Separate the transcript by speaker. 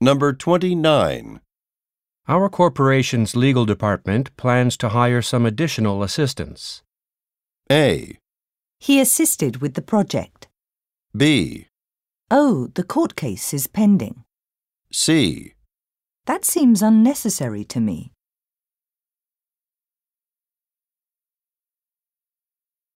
Speaker 1: Number 29.
Speaker 2: Our corporation's legal department plans to hire some additional assistants.
Speaker 1: A.
Speaker 3: He assisted with the project.
Speaker 1: B.
Speaker 3: Oh, the court case is pending.
Speaker 1: C.
Speaker 3: That seems unnecessary to me.